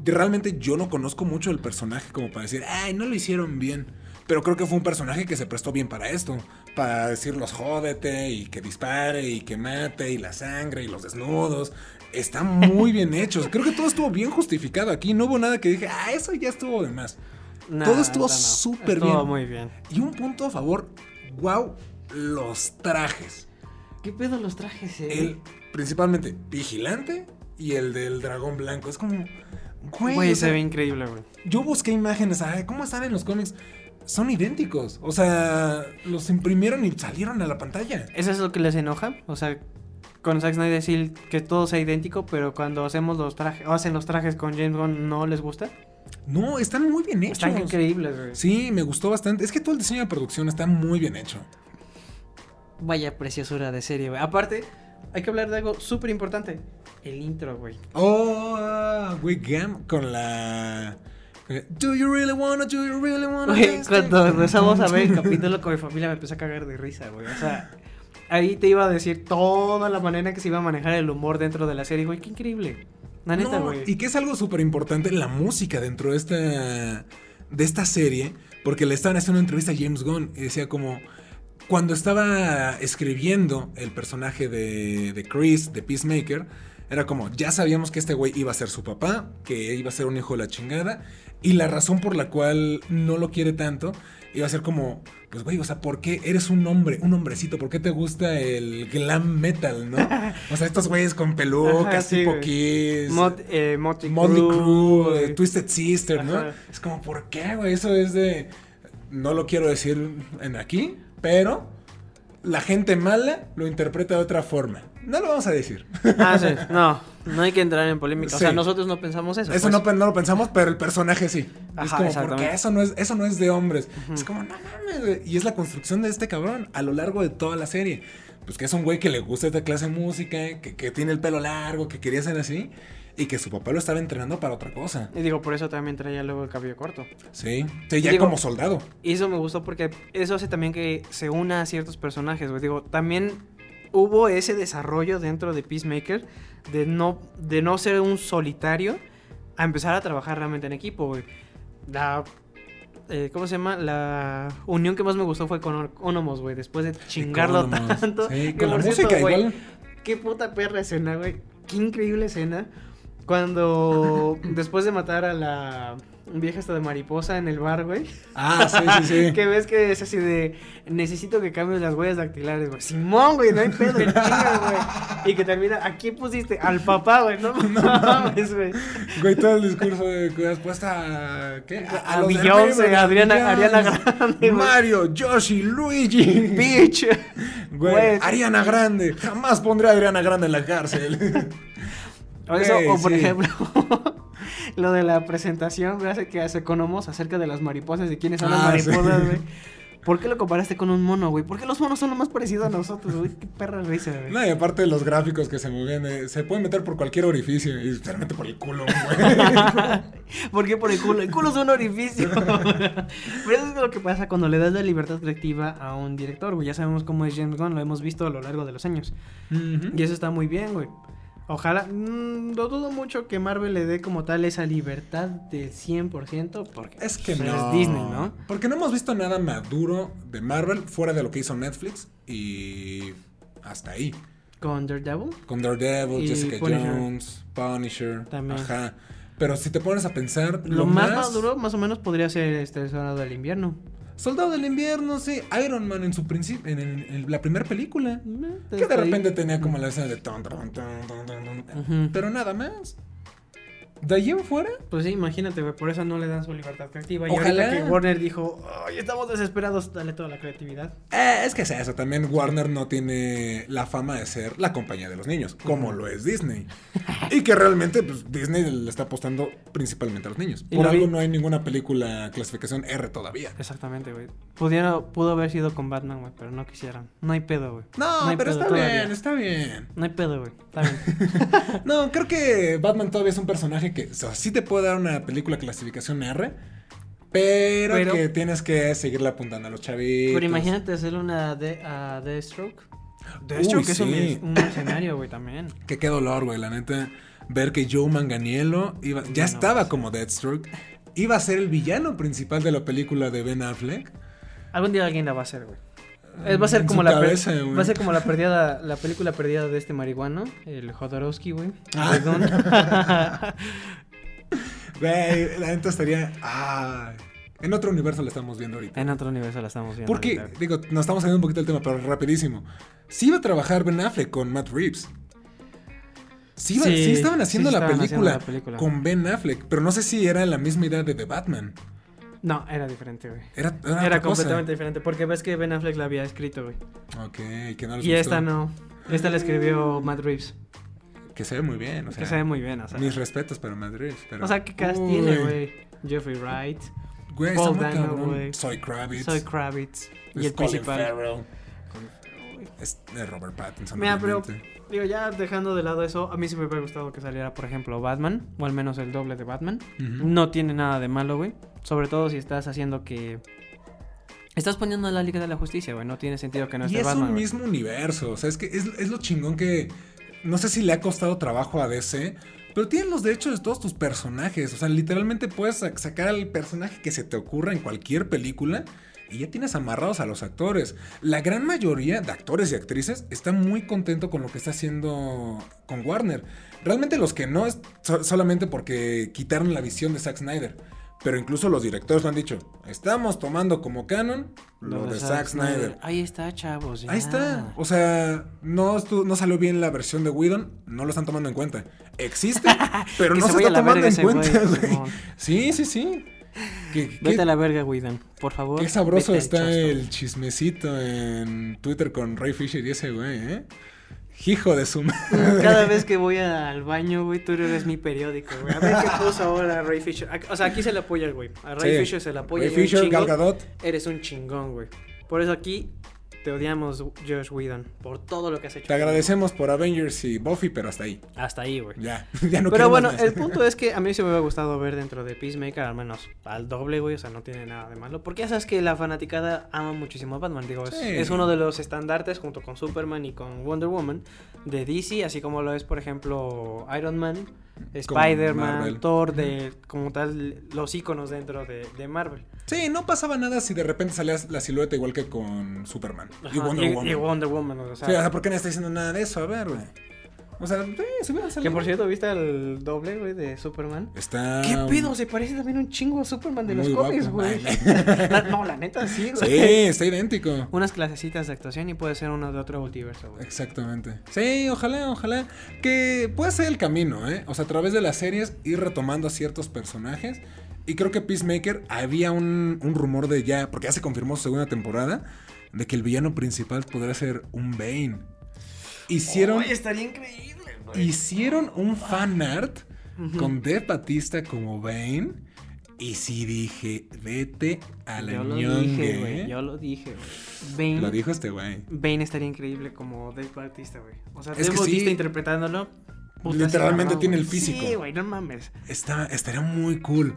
[SPEAKER 1] de- realmente yo no conozco mucho el personaje como para decir, ay, no lo hicieron bien. Pero creo que fue un personaje que se prestó bien para esto. Para decirlos jódete y que dispare y que mate y la sangre y los desnudos. Está muy bien hecho. Creo que todo estuvo bien justificado aquí. No hubo nada que dije, ah, eso ya estuvo de más.
[SPEAKER 2] Nah,
[SPEAKER 1] Todo estuvo
[SPEAKER 2] ahorita no.
[SPEAKER 1] súper
[SPEAKER 2] Estuvo
[SPEAKER 1] bien.
[SPEAKER 2] muy bien.
[SPEAKER 1] Y un punto a favor, wow, los trajes.
[SPEAKER 2] ¿Qué pedo los trajes, eh?
[SPEAKER 1] El principalmente vigilante y el del dragón blanco. Es como, güey,
[SPEAKER 2] Güey,
[SPEAKER 1] o sea,
[SPEAKER 2] se ve increíble, güey.
[SPEAKER 1] yo busqué imágenes, ay, ¿cómo están en los cómics? son idénticos. O sea, los imprimieron y salieron a la pantalla.
[SPEAKER 2] ¿Eso es lo que les enoja? O sea, con Zack Snyder decir que todo sea idéntico, pero cuando hacemos los trajes, o hacen los trajes con James Gunn, ¿no les gusta?
[SPEAKER 1] No, están muy bien hechos.
[SPEAKER 2] Están increíbles, güey.
[SPEAKER 1] Sí, me gustó bastante. Es que todo el diseño de producción está muy bien hecho.
[SPEAKER 2] Vaya preciosura de serie, güey. Aparte, hay que hablar de algo súper importante. El intro, güey.
[SPEAKER 1] Oh, ah, güey, Gam con la. eh, Do you really wanna, do you really wanna?
[SPEAKER 2] Güey,
[SPEAKER 1] dance?
[SPEAKER 2] cuando empezamos a ver el capítulo con mi familia me empecé a cagar de risa, güey. O sea, ahí te iba a decir toda la manera que se iba a manejar el humor dentro de la serie, güey. Qué increíble. La neta,
[SPEAKER 1] No,
[SPEAKER 2] güey.
[SPEAKER 1] y que es algo súper importante la música dentro de esta, de esta serie, porque le estaban haciendo una entrevista a James Gunn y decía como, cuando estaba escribiendo el personaje de, de Chris, de Peacemaker, era como, ya sabíamos que este güey iba a ser su papá, que iba a ser un hijo de la chingada, y la razón por la cual no lo quiere tanto iba a ser como, pues güey, o sea, ¿por qué eres un hombre, un hombrecito? ¿Por qué te gusta el glam metal, no? O sea, estos güeyes con pelucas,
[SPEAKER 2] Ajá, sí,
[SPEAKER 1] tipo
[SPEAKER 2] güey.
[SPEAKER 1] Kiss.
[SPEAKER 2] Mod, eh, Motley
[SPEAKER 1] Motley
[SPEAKER 2] Crue,
[SPEAKER 1] Crue,
[SPEAKER 2] güey.
[SPEAKER 1] eh, Twisted Sister, ¿no?
[SPEAKER 2] Ajá.
[SPEAKER 1] Es como, ¿por qué, güey? Eso es de. No lo quiero decir en aquí, pero la gente mala lo interpreta de otra forma. No lo vamos a decir.
[SPEAKER 2] Ah, sí. No, no hay que entrar en polémica. O sea,
[SPEAKER 1] Sí.
[SPEAKER 2] nosotros no pensamos eso.
[SPEAKER 1] Eso
[SPEAKER 2] pues.
[SPEAKER 1] no, pe- no lo pensamos, pero el personaje sí. es
[SPEAKER 2] Ajá,
[SPEAKER 1] como, ¿por
[SPEAKER 2] exactamente.
[SPEAKER 1] qué eso no es, eso no es de hombres? Es como, no mames, güey. Y es la construcción de este cabrón a lo largo de toda la serie. Pues que es un güey que le gusta esta clase de música, que, que tiene el pelo largo, que quería ser así, y que su papá lo estaba entrenando para otra cosa.
[SPEAKER 2] Y digo, por eso también traía luego el cabello corto.
[SPEAKER 1] Sí. Sí, ya
[SPEAKER 2] Digo-
[SPEAKER 1] como soldado.
[SPEAKER 2] Y eso me gustó porque eso hace también que se una a ciertos personajes, güey. Digo, también hubo ese desarrollo dentro de Peacemaker de no, de no ser un solitario a empezar a trabajar realmente en equipo, güey. La... eh, ¿Cómo se llama? La unión que más me gustó fue con Onomos, güey. Después de chingarlo
[SPEAKER 1] Economos.
[SPEAKER 2] tanto.
[SPEAKER 1] Sí,
[SPEAKER 2] Que,
[SPEAKER 1] con la
[SPEAKER 2] por cierto,
[SPEAKER 1] música
[SPEAKER 2] güey,
[SPEAKER 1] igual.
[SPEAKER 2] Qué puta perra escena, güey. Qué increíble escena. Cuando después de matar a la vieja esta de mariposa en el bar, güey.
[SPEAKER 1] Ah, sí, sí, sí.
[SPEAKER 2] Que ves que es así de necesito que cambies las huellas dactilares, güey. Simón, güey, no hay pedo, en chinga, güey. Y que termina, ¿a quién pusiste? Al papá, güey, no mames, güey.
[SPEAKER 1] Güey, todo el discurso de que has puesto a. ¿Qué?
[SPEAKER 2] A
[SPEAKER 1] los
[SPEAKER 2] Beyoncé,
[SPEAKER 1] del Raven,
[SPEAKER 2] a Adriana- Ariana Grande, güey.
[SPEAKER 1] Mario, Yoshi, Luigi.
[SPEAKER 2] Bitch.
[SPEAKER 1] Güey,
[SPEAKER 2] Güey.
[SPEAKER 1] Ariana Grande. Jamás pondré a Ariana Grande en la cárcel.
[SPEAKER 2] O, eso,
[SPEAKER 1] Güey,
[SPEAKER 2] o por
[SPEAKER 1] sí.
[SPEAKER 2] ejemplo, lo de la presentación, güey, hace que hace Economos acerca de las mariposas y quiénes son las
[SPEAKER 1] Ah, sí.
[SPEAKER 2] mariposas, güey. ¿Por qué lo comparaste con un mono, güey? ¿Por qué los monos son lo más parecido a nosotros, güey? Qué perra risa, güey.
[SPEAKER 1] No, y aparte de los gráficos que se mueven, eh, se pueden meter por cualquier orificio y se mete por el culo, güey.
[SPEAKER 2] ¿Por qué por el culo? El culo es un orificio. Pero eso es lo que pasa cuando le das la libertad creativa a un director, güey. Ya sabemos cómo es James Gunn, lo hemos visto a lo largo de los años. Y eso está muy bien, güey. Ojalá, mm, lo dudo mucho que Marvel le dé como tal esa libertad del 100%, porque
[SPEAKER 1] Es que
[SPEAKER 2] pues,
[SPEAKER 1] no.
[SPEAKER 2] es Disney, ¿no?
[SPEAKER 1] Porque no hemos visto nada maduro de Marvel fuera de lo que hizo Netflix y hasta ahí.
[SPEAKER 2] Con Daredevil.
[SPEAKER 1] Con Daredevil,
[SPEAKER 2] Y
[SPEAKER 1] Jessica
[SPEAKER 2] Punisher.
[SPEAKER 1] Jones, Punisher.
[SPEAKER 2] También.
[SPEAKER 1] Ajá. Pero si te pones a pensar,
[SPEAKER 2] Lo, más, maduro, más o menos, podría ser este el Soldado del Invierno.
[SPEAKER 1] Soldado del Invierno, sí. Iron Man en su principio, en, en- en la primera película.
[SPEAKER 2] Mm,
[SPEAKER 1] Que de
[SPEAKER 2] Eh, Ahí.
[SPEAKER 1] repente tenía como la escena de ton, ton, ton, ton, ton, ton.
[SPEAKER 2] Ujú.
[SPEAKER 1] Pero nada más. De allí en fuera,
[SPEAKER 2] Pues sí, imagínate, güey, por eso no le dan su libertad creativa. Y
[SPEAKER 1] Ojalá.
[SPEAKER 2] ahorita que Warner dijo, ay, estamos desesperados, dale toda la creatividad.
[SPEAKER 1] eh, es que es eso. También Warner no tiene la fama de ser la compañía de los niños, como lo es Disney. y que realmente, pues, Disney le está apostando principalmente a los niños.
[SPEAKER 2] Y
[SPEAKER 1] Por
[SPEAKER 2] lo vi-
[SPEAKER 1] algo no hay ninguna película clasificación R todavía.
[SPEAKER 2] Exactamente, güey. Pudieron, pudo haber sido con Batman, güey, pero no quisieron. No hay pedo, güey.
[SPEAKER 1] No,
[SPEAKER 2] hay
[SPEAKER 1] pero
[SPEAKER 2] pedo
[SPEAKER 1] está
[SPEAKER 2] todavía.
[SPEAKER 1] bien, está bien.
[SPEAKER 2] No hay pedo, güey. Está bien.
[SPEAKER 1] No, creo que Batman todavía es un personaje que o sea, sí te puede dar una película clasificación R, pero,
[SPEAKER 2] Pero-
[SPEAKER 1] que tienes que seguirle apuntando a los chavitos.
[SPEAKER 2] pero imagínate hacer una de, a Deathstroke.
[SPEAKER 1] Uy,
[SPEAKER 2] Deathstroke es un,
[SPEAKER 1] sí.
[SPEAKER 2] un mercenario, güey, también.
[SPEAKER 1] Que qué dolor, güey, la neta. Ver que Joe Manganiello iba, ya
[SPEAKER 2] no,
[SPEAKER 1] estaba como Deathstroke, iba a ser el villano principal de la película de Ben Affleck.
[SPEAKER 2] Algún día alguien la va a hacer, güey. Eh, Va a ser
[SPEAKER 1] en
[SPEAKER 2] como
[SPEAKER 1] su
[SPEAKER 2] la per-
[SPEAKER 1] cabeza, güey.
[SPEAKER 2] va a ser como la perdida la película perdida de este marihuano, el Jodorowsky, güey.
[SPEAKER 1] Ah.
[SPEAKER 2] Perdón.
[SPEAKER 1] Güey, la neta estaría. ay, en otro universo la estamos viendo ahorita.
[SPEAKER 2] en otro universo la estamos viendo.
[SPEAKER 1] Porque,
[SPEAKER 2] ahorita.
[SPEAKER 1] digo, nos estamos saliendo un poquito del tema, pero rapidísimo. Sí iba a trabajar Ben Affleck con Matt Reeves. Sí, iba-
[SPEAKER 2] Sí,
[SPEAKER 1] sí estaban
[SPEAKER 2] sí
[SPEAKER 1] haciendo la
[SPEAKER 2] estaban haciendo
[SPEAKER 1] película
[SPEAKER 2] la película.
[SPEAKER 1] con Ben Affleck, pero no sé si era la misma idea de The Batman.
[SPEAKER 2] No, era diferente, güey.
[SPEAKER 1] Era, era
[SPEAKER 2] Era,
[SPEAKER 1] otra cosa.
[SPEAKER 2] completamente diferente, porque ves que Ben Affleck la había escrito, güey.
[SPEAKER 1] Ok, que no les
[SPEAKER 2] Y
[SPEAKER 1] gustó.
[SPEAKER 2] esta no. Esta la escribió Matt Reeves,
[SPEAKER 1] Que se ve muy bien, o sea.
[SPEAKER 2] que se ve muy bien, o sea.
[SPEAKER 1] Mis respetos para Madrid. Pero...
[SPEAKER 2] O sea, ¿qué caras
[SPEAKER 1] Uy,
[SPEAKER 2] tiene, güey? Jeffrey Wright,
[SPEAKER 1] Güey, está
[SPEAKER 2] Paul
[SPEAKER 1] muy
[SPEAKER 2] Dano,
[SPEAKER 1] cabrón.
[SPEAKER 2] güey.
[SPEAKER 1] Soy Kravitz.
[SPEAKER 2] Soy Kravitz y
[SPEAKER 1] es Colin
[SPEAKER 2] el principal.
[SPEAKER 1] Farrell. Es de Robert Pattinson.
[SPEAKER 2] Mira, pero-
[SPEAKER 1] obviamente.
[SPEAKER 2] Digo, ya dejando de lado eso, a mí sí me hubiera gustado que saliera, por ejemplo, Batman, o al menos el doble de Batman.
[SPEAKER 1] Ujú.
[SPEAKER 2] No tiene nada de malo, güey. Sobre todo si estás haciendo que... Estás poniendo a la Liga de la Justicia, güey. No tiene sentido que no
[SPEAKER 1] Y
[SPEAKER 2] esté
[SPEAKER 1] es
[SPEAKER 2] Batman.
[SPEAKER 1] un
[SPEAKER 2] güey.
[SPEAKER 1] mismo universo. O sea, es que es, es lo chingón que. No sé si le ha costado trabajo a DC. Pero tienen los derechos de todos tus personajes. O sea, literalmente puedes sac- sacar al personaje que se te ocurra en cualquier película. Y ya tienes amarrados a los actores. La gran mayoría de actores y actrices está muy contento con lo que está haciendo con Warner. Realmente los que no es so- solamente porque quitaron la visión de Zack Snyder. Pero incluso los directores lo han dicho. Estamos tomando como canon lo, de, Zack Snyder.
[SPEAKER 2] Ahí está, chavos. ya.
[SPEAKER 1] Ahí
[SPEAKER 2] Ah.
[SPEAKER 1] está. O sea, no, estu- no salió bien la versión de Whedon, no lo están tomando en cuenta. Existe, pero
[SPEAKER 2] Que
[SPEAKER 1] no
[SPEAKER 2] se
[SPEAKER 1] se
[SPEAKER 2] vaya
[SPEAKER 1] está
[SPEAKER 2] a la
[SPEAKER 1] tomando
[SPEAKER 2] verga
[SPEAKER 1] en
[SPEAKER 2] ese güey,
[SPEAKER 1] cuenta, güey.
[SPEAKER 2] Simón.
[SPEAKER 1] Sí, sí, sí. Qué, qué-
[SPEAKER 2] Vete a la verga, Whedon. Por favor.
[SPEAKER 1] qué sabroso
[SPEAKER 2] vete al
[SPEAKER 1] está
[SPEAKER 2] chosto.
[SPEAKER 1] el chismecito en Twitter con Ray Fisher y ese güey, ¿eh? Hijo de su madre.
[SPEAKER 2] Cada vez que voy al baño, güey, tú eres mi periódico, güey. A ver qué puso ahora Ray Fisher. Ac- O sea, aquí se le apoya el güey. A Ray
[SPEAKER 1] Sí.
[SPEAKER 2] Fisher se le apoya.
[SPEAKER 1] Ray
[SPEAKER 2] y un
[SPEAKER 1] Fisher,
[SPEAKER 2] chingo.
[SPEAKER 1] Gal Gadot.
[SPEAKER 2] Eres un chingón, güey. Por eso aquí te odiamos, Josh Whedon, por todo lo que has hecho.
[SPEAKER 1] Te agradecemos por Avengers y Buffy, pero hasta ahí.
[SPEAKER 2] Hasta ahí, güey.
[SPEAKER 1] Ya, ya no
[SPEAKER 2] Pero
[SPEAKER 1] queremos
[SPEAKER 2] bueno,
[SPEAKER 1] más.
[SPEAKER 2] el punto es que a mí se me hubiera gustado ver dentro de Peacemaker, al menos al doble, güey, o sea, no tiene nada de malo. Porque ya sabes que la fanaticada ama muchísimo a Batman, digo, es,
[SPEAKER 1] Sí.
[SPEAKER 2] es uno de los estandartes junto con Superman y con Wonder Woman de DC, así como lo es, por ejemplo, Iron Man,
[SPEAKER 1] Marvel.
[SPEAKER 2] Spider-Man, Thor, de, como tal, los íconos dentro de, de Marvel.
[SPEAKER 1] Sí, no pasaba nada si de repente salía la silueta igual que con Superman y
[SPEAKER 2] Ajá,
[SPEAKER 1] Wonder Woman.
[SPEAKER 2] y Wonder Woman, o sea.
[SPEAKER 1] Sí, o sea, ¿por qué no está diciendo nada de eso? A ver, güey. O sea, sí, se hubieran
[SPEAKER 2] que
[SPEAKER 1] salido.
[SPEAKER 2] por cierto, ¿viste el doble, güey, de Superman?
[SPEAKER 1] Está.
[SPEAKER 2] ¿Qué pedo? Se parece también un chingo a Superman de
[SPEAKER 1] Ah, Muy
[SPEAKER 2] los
[SPEAKER 1] guapo,
[SPEAKER 2] cómics, güey.
[SPEAKER 1] man.
[SPEAKER 2] La- no, la neta sí, güey.
[SPEAKER 1] Sí, está idéntico.
[SPEAKER 2] Unas clasecitas de actuación y puede ser uno de otro multiverso, güey.
[SPEAKER 1] Exactamente. Sí, ojalá, ojalá. Que puede ser el camino, ¿eh? O sea, a través de las series ir retomando a ciertos personajes. Y creo que Peacemaker había un, un rumor de ya, porque ya se confirmó su segunda temporada, de que el villano principal podría ser un Bane. Hicieron.
[SPEAKER 4] Oye, estaría increíble, güey.
[SPEAKER 1] Hicieron un fan art con Dev Batista como Bane. Y sí dije, vete a la
[SPEAKER 2] Yo lo
[SPEAKER 1] ñongue,
[SPEAKER 2] dije,
[SPEAKER 1] ¿eh?
[SPEAKER 2] güey. Yo lo dije, güey.
[SPEAKER 1] Lo
[SPEAKER 2] Bane,
[SPEAKER 1] dijo este güey.
[SPEAKER 2] Bane estaría increíble como Dave Bautista, güey. O sea,
[SPEAKER 1] Es
[SPEAKER 2] Dave
[SPEAKER 1] que
[SPEAKER 2] Bautista
[SPEAKER 1] sí.
[SPEAKER 2] interpretándolo. puta,
[SPEAKER 1] Literalmente
[SPEAKER 2] sí, mamá,
[SPEAKER 1] tiene
[SPEAKER 2] güey.
[SPEAKER 1] el físico.
[SPEAKER 2] Sí, güey, no mames.
[SPEAKER 1] Está, estaría muy cool.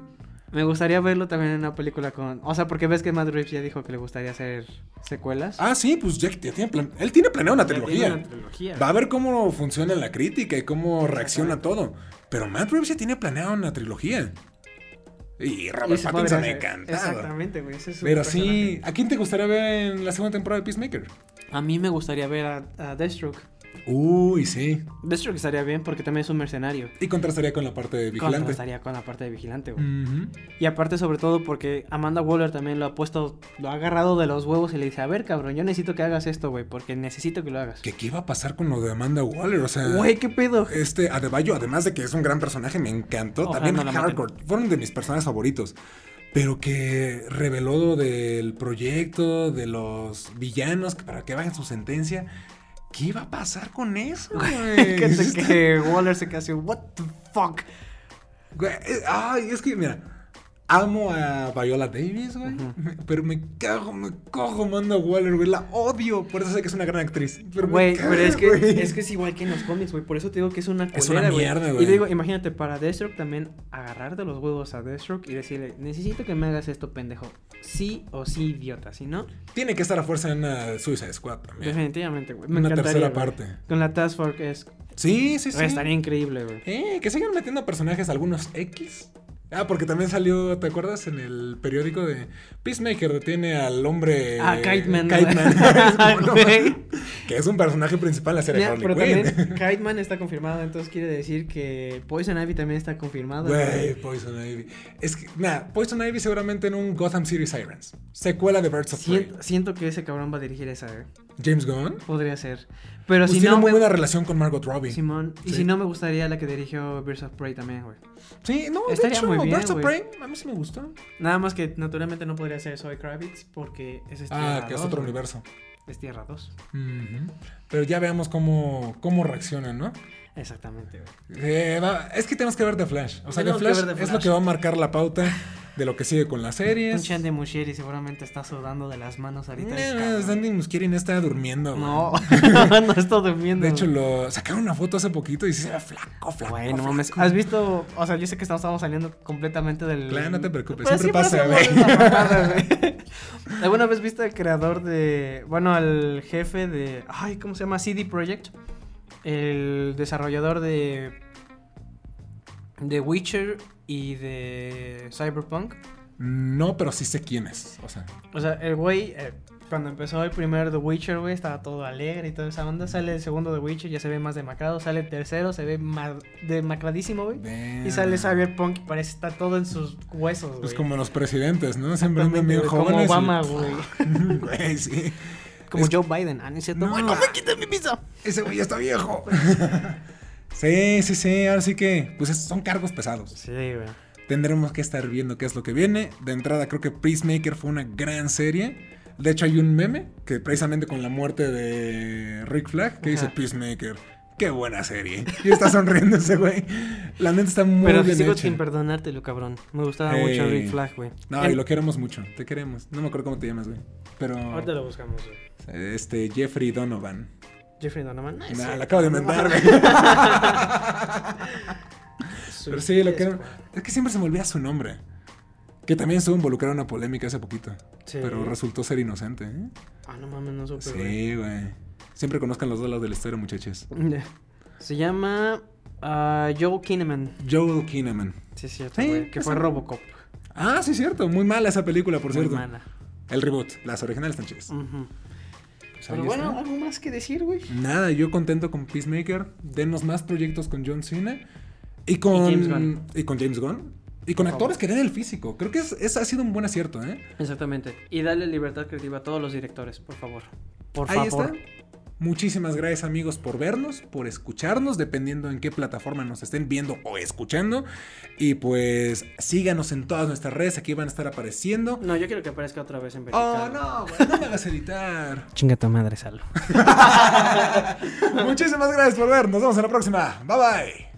[SPEAKER 2] Me gustaría verlo también en una película con. O sea, porque ves que Matt Reeves ya dijo que le gustaría hacer secuelas.
[SPEAKER 1] Ah, sí, pues ya, ya tiene plan- él tiene planeado una
[SPEAKER 2] Ya tiene
[SPEAKER 1] trilogía.
[SPEAKER 2] una trilogía.
[SPEAKER 1] Va a ver cómo funciona la crítica y cómo reacciona todo. Pero Matt Reeves ya tiene planeado una trilogía. Y
[SPEAKER 2] Y
[SPEAKER 1] Robert
[SPEAKER 2] ese
[SPEAKER 1] Pattinson
[SPEAKER 2] padre-
[SPEAKER 1] encantado.
[SPEAKER 2] Exactamente, güey. ese es su
[SPEAKER 1] Pero sí,
[SPEAKER 2] personaje.
[SPEAKER 1] ¿a quién te gustaría ver en la segunda temporada de Peacemaker?
[SPEAKER 2] A mí me gustaría ver a, a Deathstroke.
[SPEAKER 1] Uy, sí.
[SPEAKER 2] Deathstroke estaría bien porque también es un mercenario.
[SPEAKER 1] Y contrastaría con la parte de vigilante.
[SPEAKER 2] Contrastaría con la parte de vigilante, güey.
[SPEAKER 1] Ujú.
[SPEAKER 2] Y aparte, sobre todo, porque Amanda Waller también lo ha puesto, lo ha agarrado de los huevos y le dice, a ver, cabrón, yo necesito que hagas esto, güey, porque necesito que lo hagas.
[SPEAKER 1] ¿Que ¿Qué iba a pasar con lo de Amanda Waller? O sea,
[SPEAKER 2] Güey, qué pedo.
[SPEAKER 1] este Adebayo, además de que es un gran personaje, me encantó.
[SPEAKER 2] Ojalá
[SPEAKER 1] También
[SPEAKER 2] no la maten.
[SPEAKER 1] Hardcore. Fueron de mis personajes favoritos. Pero que reveló lo del proyecto, de los villanos, que para que vayan su sentencia. ¿Qué iba a pasar con eso, güey? Este,
[SPEAKER 2] que,
[SPEAKER 1] Está-
[SPEAKER 2] que Waller se quedó así, what the fuck.
[SPEAKER 1] Güey, eh, ay, es que mira, amo a Viola Davis, güey, me- pero me cago, me cojo Amanda Waller, güey, la odio, por eso sé que es una gran actriz. Pero me
[SPEAKER 2] Güey,
[SPEAKER 1] caga,
[SPEAKER 2] pero es que,
[SPEAKER 1] güey.
[SPEAKER 2] es que es igual que en los cómics, güey, por eso te digo que es una
[SPEAKER 1] Es una
[SPEAKER 2] culera, güey.
[SPEAKER 1] mierda,
[SPEAKER 2] Y
[SPEAKER 1] güey.
[SPEAKER 2] te digo, imagínate, para Deathstroke también agarrar de los huevos a Deathstroke y decirle, necesito que me hagas esto, pendejo. Sí o sí, idiota, si no,
[SPEAKER 1] Tiene que estar a fuerza en una Suicide Squad también.
[SPEAKER 2] definitivamente, güey. Me
[SPEAKER 1] Una
[SPEAKER 2] encantaría,
[SPEAKER 1] tercera
[SPEAKER 2] güey.
[SPEAKER 1] parte.
[SPEAKER 2] Con la Task Force es,
[SPEAKER 1] Sí, sí, sí.
[SPEAKER 2] estaría increíble, güey.
[SPEAKER 1] Eh, que sigan metiendo personajes algunos X. Ah, porque también salió, ¿te acuerdas? En el periódico de Peacemaker detiene al hombre...
[SPEAKER 2] Ah, Kite Man,
[SPEAKER 1] Kite
[SPEAKER 2] güey.
[SPEAKER 1] Man. Eh, Es como, no,
[SPEAKER 2] Güey.
[SPEAKER 1] que es un personaje principal en la serie
[SPEAKER 2] Mira,
[SPEAKER 1] Harley
[SPEAKER 2] pero
[SPEAKER 1] Quinn.
[SPEAKER 2] también Kite Man está confirmado, entonces quiere decir que Poison Ivy también está confirmado.
[SPEAKER 1] Güey, Poison Ivy. Es que, nada, Poison Ivy seguramente en un Gotham City Sirens. Secuela de Birds of Prey.
[SPEAKER 2] Siento, siento que ese cabrón va a dirigir esa, güey.
[SPEAKER 1] James Gunn.
[SPEAKER 2] Podría ser. Pero
[SPEAKER 1] Pues
[SPEAKER 2] si
[SPEAKER 1] tiene
[SPEAKER 2] no,
[SPEAKER 1] muy
[SPEAKER 2] me-
[SPEAKER 1] buena relación con Margot Robbie.
[SPEAKER 2] Simón, y
[SPEAKER 1] Sí.
[SPEAKER 2] si no me gustaría la que dirigió Birds of Prey también, güey.
[SPEAKER 1] Sí, no, de
[SPEAKER 2] Estaría
[SPEAKER 1] hecho,
[SPEAKER 2] muy bien,
[SPEAKER 1] Birds of
[SPEAKER 2] güey.
[SPEAKER 1] Prey, a mí sí me gustó.
[SPEAKER 2] Nada más que naturalmente no podría ser Soy Kravitz porque ese es Tierra
[SPEAKER 1] Ah, que es otro
[SPEAKER 2] 2, Este, güey.
[SPEAKER 1] universo.
[SPEAKER 2] Es Tierra 2.
[SPEAKER 1] Ujú. Pero ya veamos cómo, cómo reaccionan, ¿no?
[SPEAKER 2] Exactamente, güey.
[SPEAKER 1] Eh, va- es que tenemos que ver The Flash. O sea, The
[SPEAKER 2] Tenemos que
[SPEAKER 1] Flash,
[SPEAKER 2] ver The
[SPEAKER 1] es lo
[SPEAKER 2] Flash.
[SPEAKER 1] que va a marcar la pauta de lo que sigue con las
[SPEAKER 2] Un
[SPEAKER 1] series. Eh,
[SPEAKER 2] chan de Mushieri seguramente está sudando de las manos ahorita. el
[SPEAKER 1] No,
[SPEAKER 2] cabrón.
[SPEAKER 1] Sandy Muschieri no está durmiendo. güey.
[SPEAKER 2] No, no está durmiendo.
[SPEAKER 1] De hecho,
[SPEAKER 2] güey.
[SPEAKER 1] lo sacaron una foto hace poquito y sí se ve flaco, flaco.
[SPEAKER 2] Güey, no
[SPEAKER 1] flaco.
[SPEAKER 2] mames. ¿Has visto? O sea, yo sé que estamos, estamos saliendo completamente del.
[SPEAKER 1] Claro, no te preocupes,
[SPEAKER 2] Pero
[SPEAKER 1] siempre
[SPEAKER 2] siempre
[SPEAKER 1] pasa,
[SPEAKER 2] hacemos esa mamada, güey. ¿Alguna vez viste al creador de. Bueno, al jefe de. Ay, ¿cómo se llama? CD Projekt. El desarrollador de. De Witcher y de Cyberpunk.
[SPEAKER 1] No, pero sí sé quién es. O sea,
[SPEAKER 2] O sea, el güey, eh, cuando empezó el primer The Witcher, güey, estaba todo alegre y toda esa onda. Sale el segundo The Witcher, ya se ve más demacrado. Sale el tercero, se ve ma- demacradísimo, güey.
[SPEAKER 1] damn.
[SPEAKER 2] Y sale Cyberpunk y parece que está todo en sus huesos, güey.
[SPEAKER 1] Es Pues como los presidentes, ¿no? Siempre andan
[SPEAKER 2] Exactamente,
[SPEAKER 1] bien
[SPEAKER 2] güey,
[SPEAKER 1] jóvenes.
[SPEAKER 2] Como
[SPEAKER 1] y-
[SPEAKER 2] Obama, güey.
[SPEAKER 1] Güey, sí.
[SPEAKER 2] Como
[SPEAKER 1] Es-
[SPEAKER 2] Joe Biden. Ah, no es cierto.
[SPEAKER 1] No.
[SPEAKER 2] Güey, ¿cómo me quitas mi pizza?
[SPEAKER 1] Ese güey ya está viejo. sí, sí, sí. Ahora sí que, pues es- son cargos pesados.
[SPEAKER 2] Sí, güey.
[SPEAKER 1] Tendremos que estar viendo qué es lo que viene. De entrada, creo que Peacemaker fue una gran serie. De hecho, hay un meme que precisamente con la muerte de Rick Flag que dice
[SPEAKER 2] Ajá.
[SPEAKER 1] Peacemaker. Qué buena serie. Y está sonriendo ese güey. La neta está muy
[SPEAKER 2] Pero
[SPEAKER 1] bien
[SPEAKER 2] sigo
[SPEAKER 1] hecha.
[SPEAKER 2] sin perdonártelo, cabrón. Me gustaba mucho
[SPEAKER 1] Ey.
[SPEAKER 2] Rick Flag, güey.
[SPEAKER 1] No,
[SPEAKER 2] El-
[SPEAKER 1] y lo queremos mucho. Te queremos. No me acuerdo cómo te llamas, güey. Pero.
[SPEAKER 2] Ahorita lo buscamos, güey.
[SPEAKER 1] Este, Jeffrey Donovan.
[SPEAKER 2] Jeffrey Donovan. No, es
[SPEAKER 1] Nah,
[SPEAKER 2] cierto.
[SPEAKER 1] la acabo de inventar, güey. Pero sí, lo que
[SPEAKER 2] Sweet
[SPEAKER 1] Es que siempre se me olvida su nombre. Que también estuvo involucrado en una polémica hace poquito.
[SPEAKER 2] Sí.
[SPEAKER 1] Pero resultó ser inocente, ¿eh?
[SPEAKER 2] Ah, no mames, no supe, güey.
[SPEAKER 1] Sí, güey. Siempre conozcan los dos lados de la historia, muchachos.
[SPEAKER 2] Se llama ah, Joe Kinnaman.
[SPEAKER 1] Joel Kinnaman.
[SPEAKER 2] Sí, es cierto,
[SPEAKER 1] Sí,
[SPEAKER 2] güey. Que
[SPEAKER 1] esa
[SPEAKER 2] fue
[SPEAKER 1] madre.
[SPEAKER 2] Robocop.
[SPEAKER 1] Ah, sí, cierto. Muy mala esa película, por
[SPEAKER 2] Muy
[SPEAKER 1] cierto.
[SPEAKER 2] mala.
[SPEAKER 1] El reboot. Las originales están chidas.
[SPEAKER 2] Ujú.
[SPEAKER 1] Pues ahí
[SPEAKER 2] Pero bueno,
[SPEAKER 1] está.
[SPEAKER 2] algo más que decir, güey.
[SPEAKER 1] Nada, yo contento con Peacemaker. Denos más proyectos con John Cena. Y con.
[SPEAKER 2] James Gunn.
[SPEAKER 1] Y con James Gunn. Y con actores que den el físico. Creo que es, es- ha sido un buen acierto, ¿eh?
[SPEAKER 2] Exactamente. Y dale libertad creativa a todos los directores, por favor. Por
[SPEAKER 1] Ahí
[SPEAKER 2] favor.
[SPEAKER 1] está. Muchísimas gracias amigos por vernos, por escucharnos, dependiendo en qué plataforma nos estén viendo o escuchando. Y pues síganos en todas nuestras redes, aquí van a estar apareciendo.
[SPEAKER 2] No, yo quiero que aparezca otra vez en
[SPEAKER 1] Oh,
[SPEAKER 2] vertical.
[SPEAKER 1] no, güey, no me hagas editar.
[SPEAKER 2] Chinga tu madre, Salo.
[SPEAKER 1] Muchísimas gracias por vernos, nos vemos en la próxima. Bye bye.